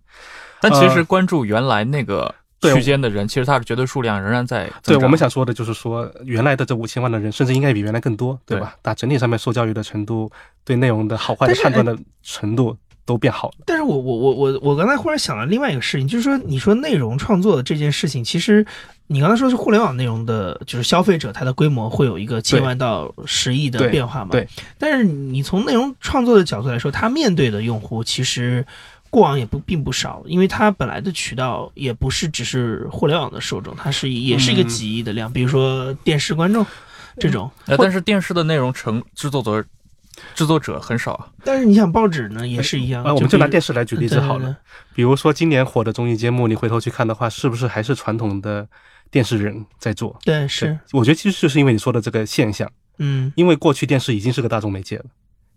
但其实关注原来那个
呃对
区间的人，其实它的绝对数量仍然在
对，
增长
我们想说的就是说，原来的这五千万的人，甚至应该比原来更多，对吧？打整体上面受教育的程度，对内容的好坏的
但是哎
判断的程度都变好了。
但是我我我我我刚才忽然想了另外一个事情，就是说，你说内容创作的这件事情，其实你刚才说是互联网内容的，就是消费者他的规模会有一个千万到十亿的
对
变化嘛？
对。
但是你从内容创作的角度来说，他面对的用户其实过往也不并不少，因为他本来的渠道也不是只是互联网的受众，它是也是一个
嗯
几亿的量，比如说电视观众这种。
呃，但是电视的内容成制作者制作者很少啊，
但是你想报纸呢，也是一样。
啊，我们就拿电
视
视来举例子好了。。比如说今年火的综艺节目，你回头去看的话，是不是还是传统的电视人在做？
对对对，是
对，我觉得其实就是因为你说的这个现象，
嗯。
因为过去电视已经是个大众媒介了，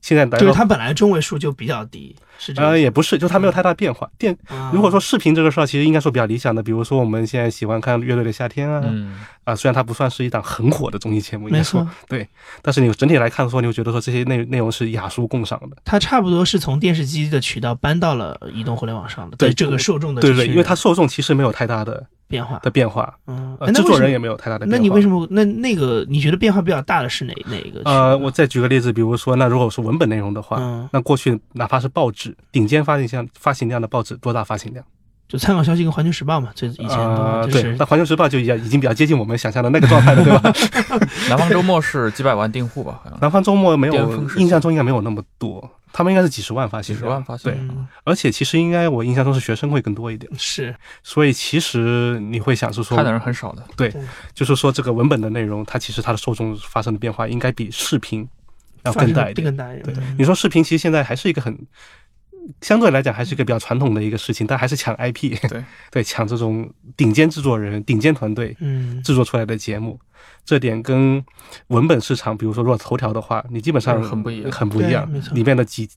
现在来
就是
到
它本来中位数就比较低，是这
呃
样。嗯
也不是，就它没有太大变化。电
啊
如果说视频这个事儿，其实应该说比较理想的，比如说我们现在喜欢看《乐队的夏天》啊，
嗯，
啊，虽然它不算是一档很火的综艺节目，应
没
该说
错，
但是你整体来看说，你会觉得说这些内内容是雅俗共赏的，
它差不多是从电视机的渠道搬到了移动互联网上的，
对
这个受众的
对
这
对，
群
因为它
人
受众其实没有太大的
变化，
的变化，
嗯，
呃
哎，那
制
为
作
什么
人也没有太大的变化。
那你为什么那那个你觉得变化比较大的是哪哪一个？
呃，我，再举个例子，比如说，那如果是文本内容的话，
嗯，
那过去哪怕是报纸顶尖发行量发行量的报纸，多大发行量？
就参考消息跟环球时报嘛，最以前
呃
的，就
对，
是
那《环球时报》就已已经比较接近我们想象的那个状态了，对吧？
南方周末是几百万订户吧，好像
南方周末没
巅
有
峰时，期
印象中应该没有那么多，他们应该是几十万发
几
行
十
量，
万发行
对，
嗯
而且其实应该我印象中是学生会更多一点，
是
所以其实你会想是说
看的人很少的，
就是说这个文本的内容，它其实它的受众发生的变化应该比视频要
发生
更大一点。
更大一点。嗯
你说视频其实现在还是一个很相对来讲还是一个比较传统的一个事情，但还是抢 IP，
对
对，抢这种顶尖制作人、顶尖团队
嗯，
制作出来的节目，这点跟文本市场，比如说如果头条的话，你基本上
嗯很不一样
很不一样
对没，错
里面的几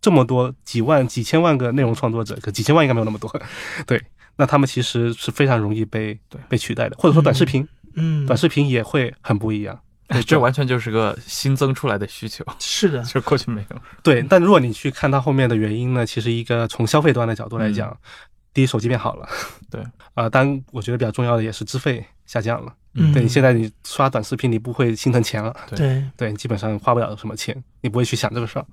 这么多几万、几千万个内容创作者，可几千万应该没有那么多， 对，那他们其实是非常容易被
对
被取代的，或者说短视频。
嗯，
短视频也会很不一样。对
这
就
完全就是个新增出来的需 求，
是的，
就是过去没有。
对，但如果你去看它后面的原因呢，其实一个从消费端的角度来讲，第一手机变好了，
嗯对
啊、当然我觉得比较重要的也是资费下降了。
嗯，
对你现在你刷短视频，你不会心疼钱了，
对
对，
对，你基本上花不了什么钱，你不会去想这个事儿。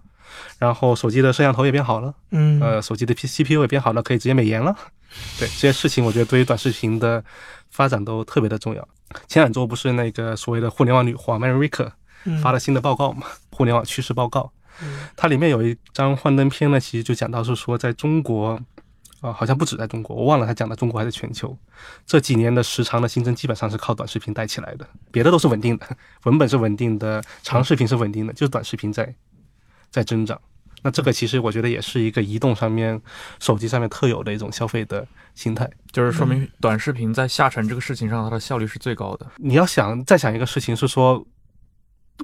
然后手机的摄像头也变好了，
嗯，
呃，手机的 P C P U 也变好了，可以直接美颜了。 对这些事情，我觉得对于短视频的发展都特别的重要。前两周不是那个所谓的互联网女皇 Mary Ricker
嗯
发了新的报告嘛，《互联网趋势报告》
嗯，
它里面有一张幻灯片呢，其实就讲到是说，在中国，啊，好像不止在中国，我忘了他讲的中国还是全球。这几年的时长的新增基本上是靠短视频带起来的，别的都是稳定的，文本是稳定的，长视频是稳定的，就是短视频在在增长。那这个其实我觉得也是一个移动上面、手机上面特有的一种消费的心态。
就是说
嗯
明短视频在下沉这个事情上，它的效率是最高的。
你要想再想一个事情，是说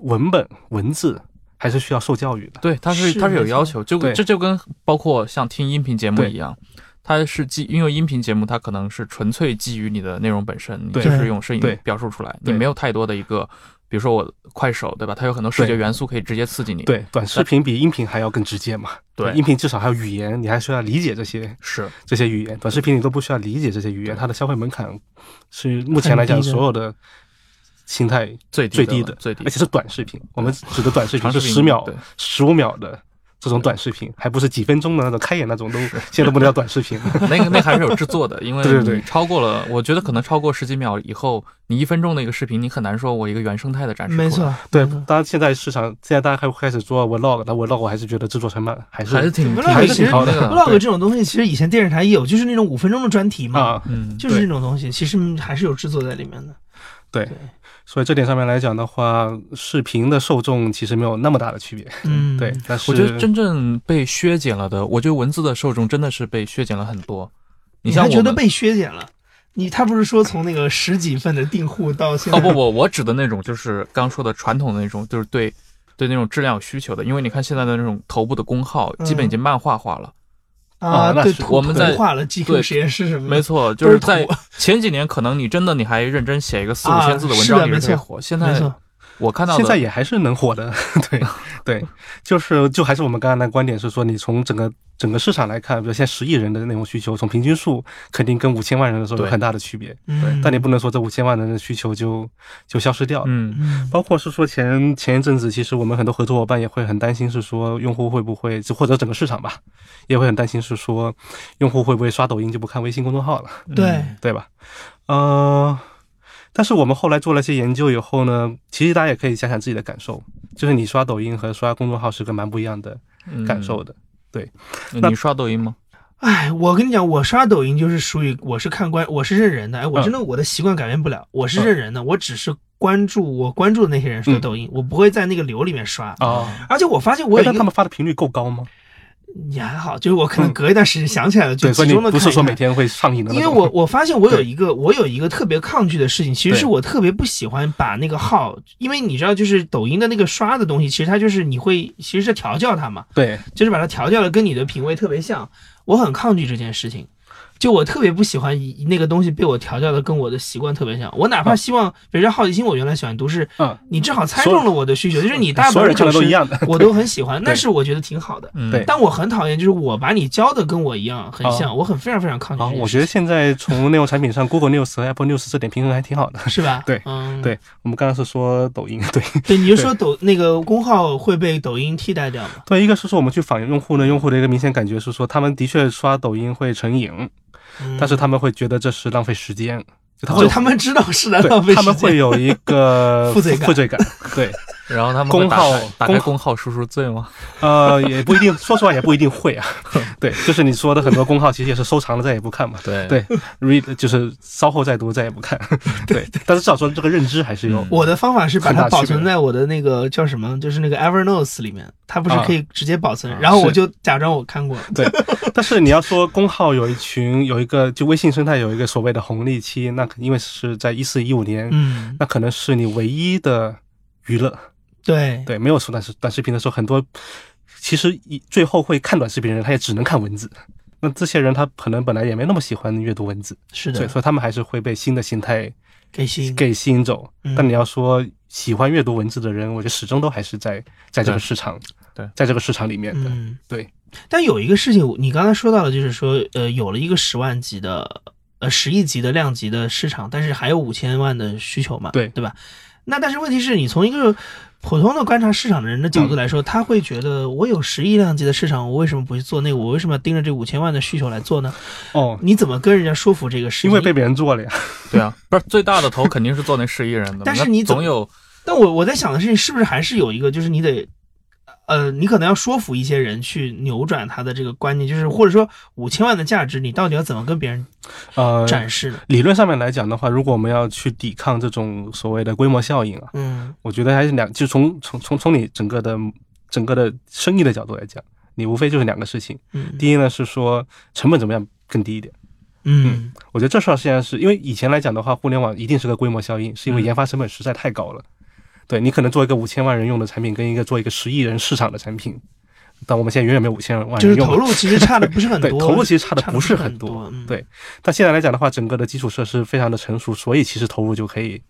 文本文字还是需要受教育的。
对，它是
是
它是有
没错
要求，就
对
这就跟包括像听音频节目
对
一样，它是基因为音频节目它可能是纯粹基于你的内容本身，你
对
就是用声音
对
表述出来，你
对
没有太多的一个，比如说我快手对吧？它有很多视觉
对
元素可以直接刺激你。
对，短视频比音频还要更直接嘛。
对
音频至少还有语言，你还需要理解这些
是
这些语言。短视频你都不需要理解这些语言，它的消费门槛是目前来讲
很低的
所有的心态
最
最
低
低
的
的，
最低
而
的，
且是短视频。我们指的短视频
长
是
视频
十秒
对、
十五秒的这种短视频，还不是几分钟的那种开演那种都现在都不能叫短视 频。
那个那还是有制作的，因为
对对对
你超过了，我觉得可能超过十几秒以后，你一分钟的一个视频，你很难说我一个原生态的展示出来。
没错，
对
嗯
没错，
当然现在市场现在大家开开始做 vlog，但 vlog 我还是觉得制作成本还是
还是挺
还是
vlog 其
挺
实
好
好的啊
的
vlog 这种东西，其实以前电视台也有，就是那种五分钟的专题嘛，
啊。
嗯，
就是
对
这种东西，其实还是有制作在里 面的。
所以这点上面来讲的话，视频的受众其实没有那么大的区别。
嗯，
对，但是
我觉得真正被削减了的，我觉得文字的受众真的是被削减了很多。
你
像
还
我
觉得
们
被削减了？你他不是说从那个十几份的订户到现在
哦不不，我指的那种就是刚说的传统的那种，就是对对那种质量有需求的，因为你看现在的那种头部的公号，基
嗯
本已经漫画化了。
啊
啊？
那
对，
是
图
我们在
图画了 GQ
对
实验室什么的，
没错，就是在
都是
前几年，可能你真的你还认真写一个四五
啊
千字的文
是的
章，你
没
是可以
错
火。现
没
在
错，
我看到
现在
的，
也还是能火的， 对对，就是就还是我们刚才的观点是说，你从整个整个市场来看，比如现在十亿人的内容需求，从平均数肯定跟五千万人的时候有
对
很大的区别，
嗯，
但你不能说这五千万人的需求就就消失掉了。
嗯，
嗯
包括是说前前一阵子，其实我们很多合作伙伴也会很担心，是说用户会不会，就或者整个市场吧，也会很担心，是说用户会不会刷抖音就不看微信公众号了。
嗯
对
对吧？呃，但是我们后来做了一些研究以后呢，其实大家也可以想想自己的感受，就是你刷抖音和刷公众号是个蛮不一样的
嗯
感受。的。那
你刷抖音吗？
哎，我跟你讲，我刷抖音就是属于我是看关，我是认人的。哎，
嗯
我真的我的习惯改变不了，我是认人的，我只是关注我关注的那些人刷
嗯
抖音，我不会在那个流里面刷。
哦，
而且我发嗯现
哎
我有
但他
一个
们发的频率够高吗？
也还好，就是我可能
嗯
隔一段时间想起来了，就
对，所
集
以你
中的
不
看一
是说每
看。
天会上瘾的那
因为
种。
我我发现我有
对
一个我有一个特别抗拒的事情，其实
对
是我特别不喜欢把那个号，因为你知道，就是抖音的那个刷的东西，其实它就是你会其实是调教它嘛，
对
就是把它调教的跟你的品味特别像，我很抗拒这件事情。就我特别不喜欢以那个东西被我调教的跟我的习惯特别像，我
啊
哪怕希望，比如说好奇心，我原来喜欢读是，
嗯
你正好猜
所有
中了我的需求，就是你大部
嗯所有
分
人看的都一
样，
样的。
我都很喜欢，那
对
是我觉得挺好的。
嗯，
对
但我很讨厌，就是我把你教的跟我一样很像，我很非常非常抗拒
啊，
这件
我觉
事情。
得现在从内容产品上，Google News 和 Apple News 这点平衡还挺好的。
是吧？
对
嗯，
对我们刚刚是说抖音，对
对，你就说抖那个公号会被抖音替代掉吗？
对，一个是说我们去访用户呢，用户的一个明显感觉是说，他们的确刷抖音会成瘾，
嗯
但是他们会觉得这是浪费时间，就他会
就
有
他们知道是在
对
浪费
他
时
们会
间，
有一个
负罪感
负罪感。对，
然后他们会
公
打
号
开打
公
开
号
公号赎赎罪吗？
呃，也不一定， 说实话也不一定会啊。对，就是你说的很多公号，其实也是收藏了再也不看嘛。
对
对，read 就是稍后再读，再也不看。对，但是至少说这个认知还是有
嗯。
我的方法是把
很大
它
区别
保存在我的那个叫什么，就是那个 Evernote 里面，它不是
啊
可以直接保存，
啊
然后我
是
就假装我看过了。
对，但是你要说公号有一群有一个就微信生态有一个所谓的红利期，那因为是在一四一五年，
嗯，
那可能是你唯一的娱乐。
对，
对，没有说短视短视频的时候，很多其实一最后会看短视频的人，他也只能看文字。那这些人他可能本来也没那么喜欢阅读文字，
是
所以
的，
说他们还是会被新的形态
给心
给吸引走。
嗯
但你要说喜欢阅读文字的人，我觉得始终都还是在在这
对
个市场，
对
在这个市场里面的。
嗯，
对。
但有一个事情，你刚才说到的，就是说，呃，有了一个十万级的，呃，十亿级的量级的市场，但是还有五千万的需求嘛，
对
对吧？那但是问题是你从一个普通的观察市场的人的角度
嗯
来说，他会觉得我有十亿量级的市场，我为什么不去做那个？我为什么要盯着这五千万的需求来做呢？
哦，
你怎么跟人家说服这个事情？
因为被别人做了 呀。
对啊，不是最大的头肯定是做那十亿人的嘛，
但是
那
你怎
总有
但我我在想的事情是不是还是有一个，就是你得，呃，你可能要说服一些人去扭转他的这个观念，就是或者说五千万的价值，你到底要怎么跟别人
呃，
展示呢？
理论上面来讲的话，如果我们要去抵抗这种所谓的规模效应啊，
嗯
我觉得还是两，就从从从从你整个的整个的生意的角度来讲，你无非就是两个事情。
嗯
第一呢是说成本怎么样更低一点，
嗯
我觉得这事儿实际上是因为以前来讲的话，互联网一定是个规模效应，是因为
嗯
研发成本实在太高了。对你可能做一个五千万人用的产品，跟一个做一个十亿人市场的产品，但我们现在远远没有五千万
就
人
是
啊用
投
了。
入其实差的不是 很
对，
多，
投入其实差的
差
不是很
多，嗯
对但现在来讲的话，整个的基础设施非常的成熟，所以其实投入就可以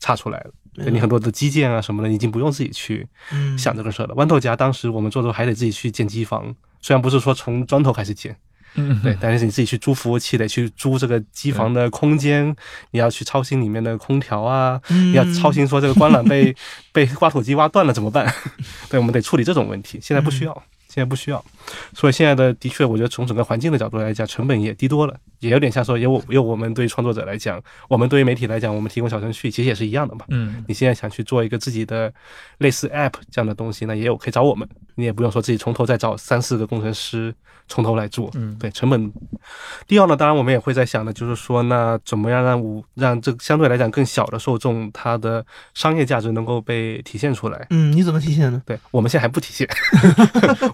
差出来了。对你很多的基建啊什么的，已经不用自己去
嗯
想这个事儿了。豌豆荚当时我们做的时候还得自己去建机房，虽然不是说从砖头开始建，
嗯，
对，但是你自己去租服务器，得去租这个机房的空间，你要去操心里面的空调啊，你
嗯
要操心说这个光缆被被挖土机挖断了怎么办？ 对，我们得处理这种问题。现在不需
嗯
要，现在不需要。所以现在的的确，我觉得从整个环境的角度来讲，成本也低多了，也有点像说，也我有我们对于创作者来讲，我们对于媒体来讲，我们提供小程序其实也是一样的嘛。
嗯，
你现在想去做一个自己的类似 App 这样的东西呢，也有可以找我们，你也不用说自己从头再找三四个工程师从头来做，
嗯
对，成本。第二呢，当然我们也会在想的，就是说，那怎么样让五让这个相对来讲更小的受众它的商业价值能够被体现出来。
嗯，你怎么体现呢？
对我们现在还不体现，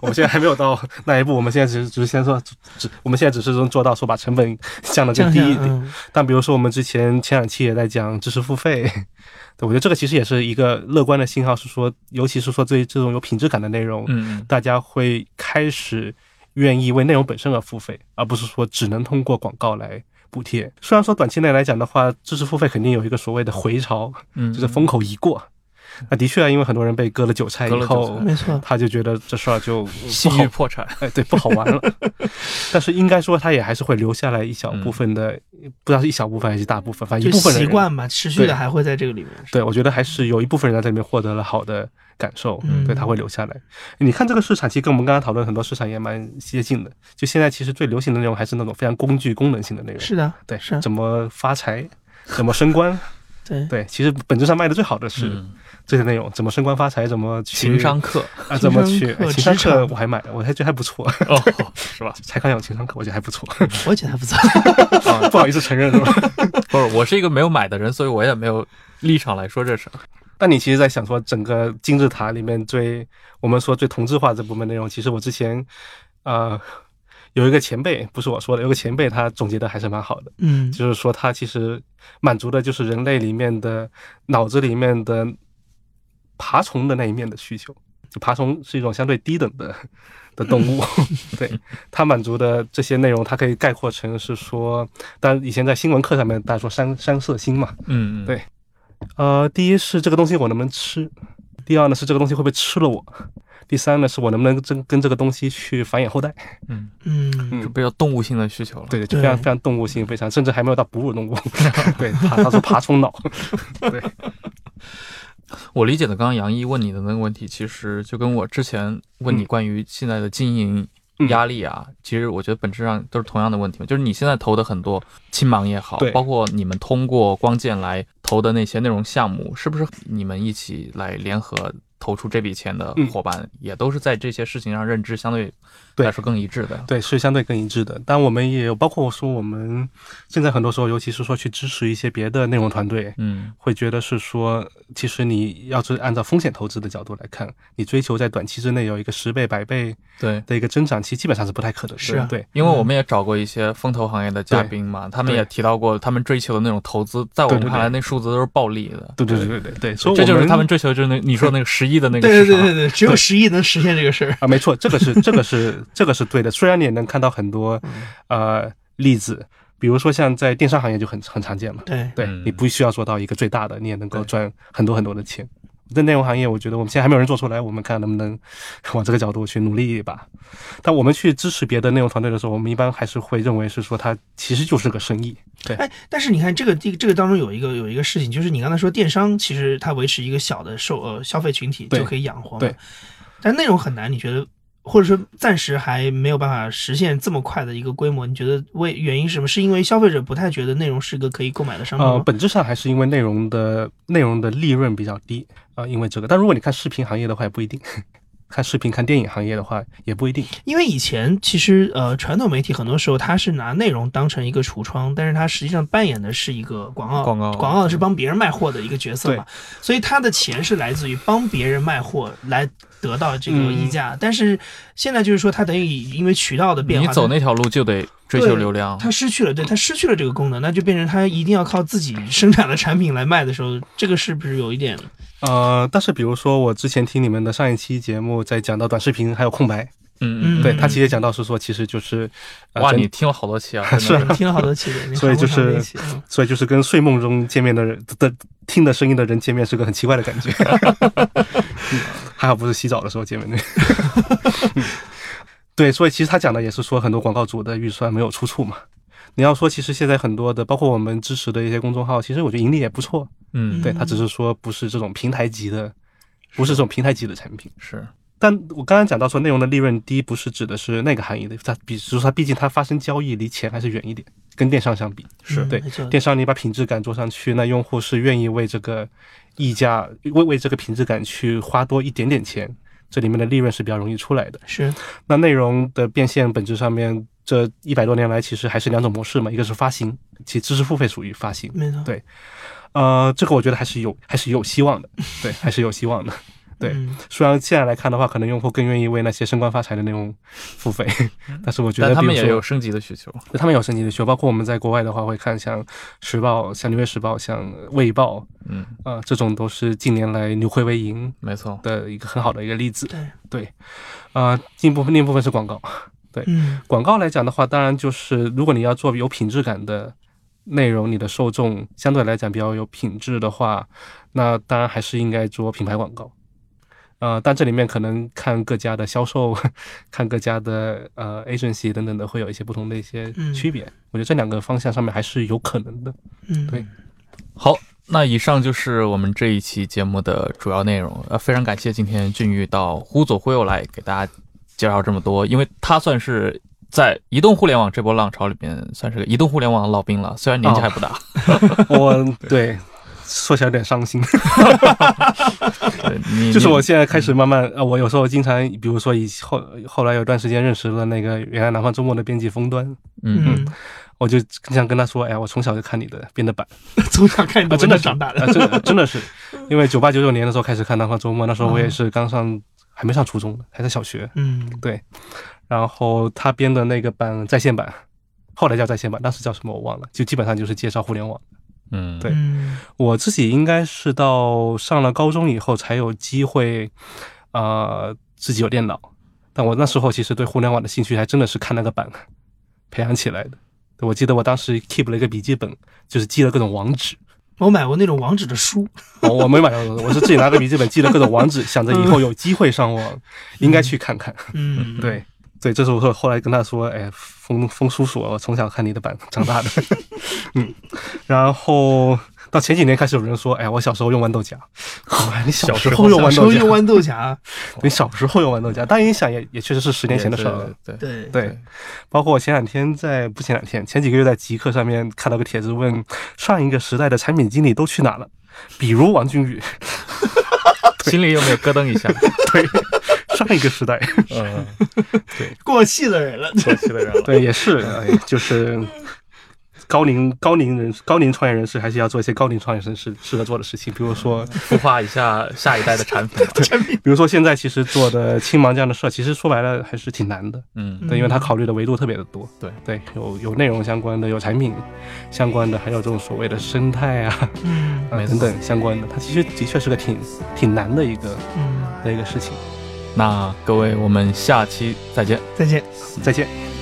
我们现在还没有到那一步，我们现在只是只是先说，只我们现在只是能做到说把成本降得
这
更
样
低一
想
点。
嗯
但比如说我们之前前两期也在讲知识付费， 对我觉得这个其实也是一个乐观的信号，是说，尤其是说对于这种有品质感的内容，
嗯
大家会开始愿意为内容本身而付费，而不是说只能通过广告来。补贴，虽然说短期内来讲的话，知识付费肯定有一个所谓的回潮，
嗯，
就是风口一过，那的确啊，因为很多人被割了韭菜
割
以
了韭
后
菜，
嗯没错，
他就觉得这事儿就
西
不好
域破产，
哎，对，不好玩 了。但是应该说，它也还是会留下来一小部分的，
嗯
不知道是一小部分还是一大部分，反正
就
一部分的
习
人。
惯吧，持续
对
的还会在这个里面。
对，我觉得还是有一部分人在这里面获得了好的感受，
嗯
对，他会留下来。你看这个市场，其实跟我们刚刚讨论很多市场也蛮接近的。就现在其实最流行的内容还是那种非常工具功能性的内容，
是的，
对，
是
怎么发财，怎么升官，
对，
对，其实本质上卖的最好的是
嗯
这些内容，怎么升官发财，怎么去
情商课
啊，怎么
情商
去
课
哎情商
职场
课我还买了，我还觉得还不错，
哦，是吧？
才刚有情商课，我觉得还不错。
我也觉得还 不错。
啊不好意思承认是吧？
不是，我是一个没有买的人，所以我也没有立场来说这事儿。
但你其实，在想说整个金字塔里面最我们说最同质化这部分内容，其实我之前呃有一个前辈，不是我说的，有个前辈他总结的还是蛮好的，
嗯
就是说他其实满足的就是人类里面的脑子里面的爬虫的那一面的需求。就爬虫是一种相对低等的的动物，对它满足的这些内容，它可以概括成是说，但以前在新闻课上面大家说三三色星嘛，
嗯，嗯
对呃，第一是这个东西我能不能吃，第二呢是这个东西会不会吃了我，第三呢是我能不能跟跟这个东西去繁衍后代。
嗯，
嗯，
这比较动物性的需求了。
对对，就非常
对
非常动物性，非常甚至还没有到哺乳动物。 对，爬他说爬虫脑。对，
我理解的，刚刚杨一问你的那个问题，其实就跟我之前问你
嗯
关于现在的经营
嗯
压力啊，其实我觉得本质上都是同样的问题嘛，就是你现在投的很多青芒也好
对，
包括你们通过光剑来投的那些内容项目，是不是你们一起来联合投出这笔钱的
嗯
伙伴，也都是在这些事情上认知相对
对
来说更一致的？
对，是相对更一致的。但我们也有，包括说我们现在很多时候，尤其是说去支持一些别的内容团队，
嗯
会觉得是说，其实你要是按照风险投资的角度来看，你追求在短期之内有一个十倍、百倍
对，
的一个增长期，基本上是不太可能的。
是啊
对，
因为我们也找过一些风投行业的嘉宾嘛，他们也提到过，他们追求的那种投资，在我
对
们
对对
看来，那数字都是暴利的。
对对对对对对，所以
这就
我
是他们追求，就是那你说那个十亿的那个
对对
市
对
场
对。 对，只有十亿能实现这个事儿。
啊，没错，这个是这个是这个是对的。虽然你也能看到很多呃例子，比如说像在电商行业就很很常见嘛。
对，
对
嗯
你不需要做到一个最大的，你也能够
对
赚很多很多的钱。在内容行业，我觉得我们现在还没有人做出来，我们看能不能 往这个角度去努力一把。但我们去支持别的内容团队的时候，我们一般还是会认为是说它其实就是个生意。
哎，但是你看这个这个这个当中有一个有一个事情，就是你刚才说电商其实它维持一个小的受呃消费群体
对
就可以养活嘛
对，
但内容很难，你觉得？或者说暂时还没有办法实现这么快的一个规模，你觉得为原因是什么？是因为消费者不太觉得内容是个可以购买的商品
呃，
吗？
本质上还是因为内容的内容的利润比较低啊、呃因为这个。但如果你看视频行业的话，也不一定。 看视频、看电影行业的话，也不一定。
因为以前其实呃，传统媒体很多时候它是拿内容当成一个橱窗，但是它实际上扮演的是一个广告，
广告
广告是帮别人卖货的一个角色嘛，所以它的钱是来自于帮别人卖货来得到这个溢
嗯
价。但是现在就是说，它等于因为渠道的变
你
化，
走那条路就得追求流量，
它失去了，
嗯
对它失去了这个功能，那就变成它一定要靠自己生产的产品来卖的时候，这个是不是有一点？
呃，但是比如说我之前听你们的上一期节目，在讲到短视频还有空白，
嗯
嗯
对他其实也讲到是说，其实就是，呃
哇，
啊真
你听了好多 期啊，真的
听了好多期的，你
所以就
好多
是
场那期嗯
所以就是跟睡梦中见面的人的的听的声音的人见面是个很奇怪的感觉。 嗯还好不是洗澡的时候见面 的。嗯对，所以其实他讲的也是说很多广告主的预算没有出处嘛。你要说，其实现在很多的，包括我们支持的一些公众号，其实我觉得盈利也不错。
嗯
对，他只是说不是这种平台级的，不是这种平台级的产品。
是
但我刚刚讲到说内容的利润低，不是指的是那个行业的，它比如说它毕竟它发生交易离钱还是远一点，跟电商相比，
是
对
没错
电商你把品质感做上去，那用户是愿意为这个溢价为为这个品质感去花多一点点钱，这里面的利润是比较容易出来的。
是
那内容的变现本质上面，这一百多年来其实还是两种模式嘛，一个是发行，其实知识付费属于发行，
没错，
对呃，这个我觉得还是有还是有希望的，对，还是有希望的。对
嗯
虽然现在来看的话，可能用户更愿意为那些升官发财的内容付费，但是我觉
嗯但
得
他们
比如
也
说
有，升级的需求，
对他们有升级的需求。包括我们在国外的话，会看像《时报》、像《纽约时报》、像《卫报》
嗯，
啊、这种都是近年来扭亏为盈
没错，
的一个很好的一个例子。
对，
对，啊、进一部分另一部分是广告。
嗯
广告来讲的话，当然就是如果你要做有品质感的内容，你的受众相对来讲比较有品质的话，那当然还是应该做品牌广告。呃，但这里面可能看各家的销售， 看各家的呃 agency 等等的，会有一些不同的一些
嗯
区别。我觉得这两个方向上面还是有可能的。
嗯，
对
好。那以上就是我们这一期节目的主要内容。呃，非常感谢今天俊玉到忽左忽右来给大家介绍这么多，因为他算是在移动互联网这波浪潮里面算是个移动互联网的老兵了，虽然年
哦
纪还不大，
我对说起来有点伤心，
对你
就是
你
我现在开始慢慢，呃，我有时候经常，比如说以后后来有段时间认识了那个原来南方周末的编辑冯端，
嗯，
嗯，
我就想跟他说，哎，我从小就看你的编的版，
从小看你的
啊，真的
文章
是
长大
啊，
的，
真的真的是，因为九八九九年的时候开始看《南方周末》，那时候我也是刚上，还没上初中，还在小学。
嗯，
然后他编的那个版在线版，后来叫在线版，当时叫什么我忘了，就基本上就是介绍互联网。
嗯，
对
嗯
我自己应该是到上了高中以后才有机会，呃，自己有电脑。但我那时候其实对互联网的兴趣还真的是看那个版培养起来的。对我记得我当时 keep 了一个笔记本，就是记了各种网址。
我买过那种网址的书，
我我没买到，我是自己拿个笔记本记了各种网址，想着以后有机会上网，应该去看看。
嗯，，
对对，这是我后来跟他说，哎，风风叔叔，我从小看你的版长大的， 嗯，然后到前几年开始有人说，哎，我小时候用豌豆荚，哇，你小时候用
小
豌
时
豆
候用
荚，
豌豆荚，
你小时候用豌豆荚，但你想也也确实是十年前的事儿了。
对对
对，
对，包括我前两天在不前两天，前几个月在极客上面看到个帖子问，上一个时代的产品经理都去哪了？比如王俊宇，
心里有没有咯噔一 下？
上一个时代，
嗯，
过气的人了，
过气的人了。
对，也是，哎，就是高龄高龄人高龄创业人士还是要做一些高龄创业人士适合做的事情，比如说，
孵化一下下一代的产 品吧。
比如说现在其实做的青芒这样的事儿，其实说白了还是挺难的，
嗯，
对，因为它考虑的维度特别的多，
对
对，有有内容相关的，有产品相关的，还有这种所谓的生态啊
嗯
啊
没错
等等相关的，它其实的确是个挺挺难的一个
嗯，
的一个事情。
那各位，我们下期再见。
再见。
再见。
嗯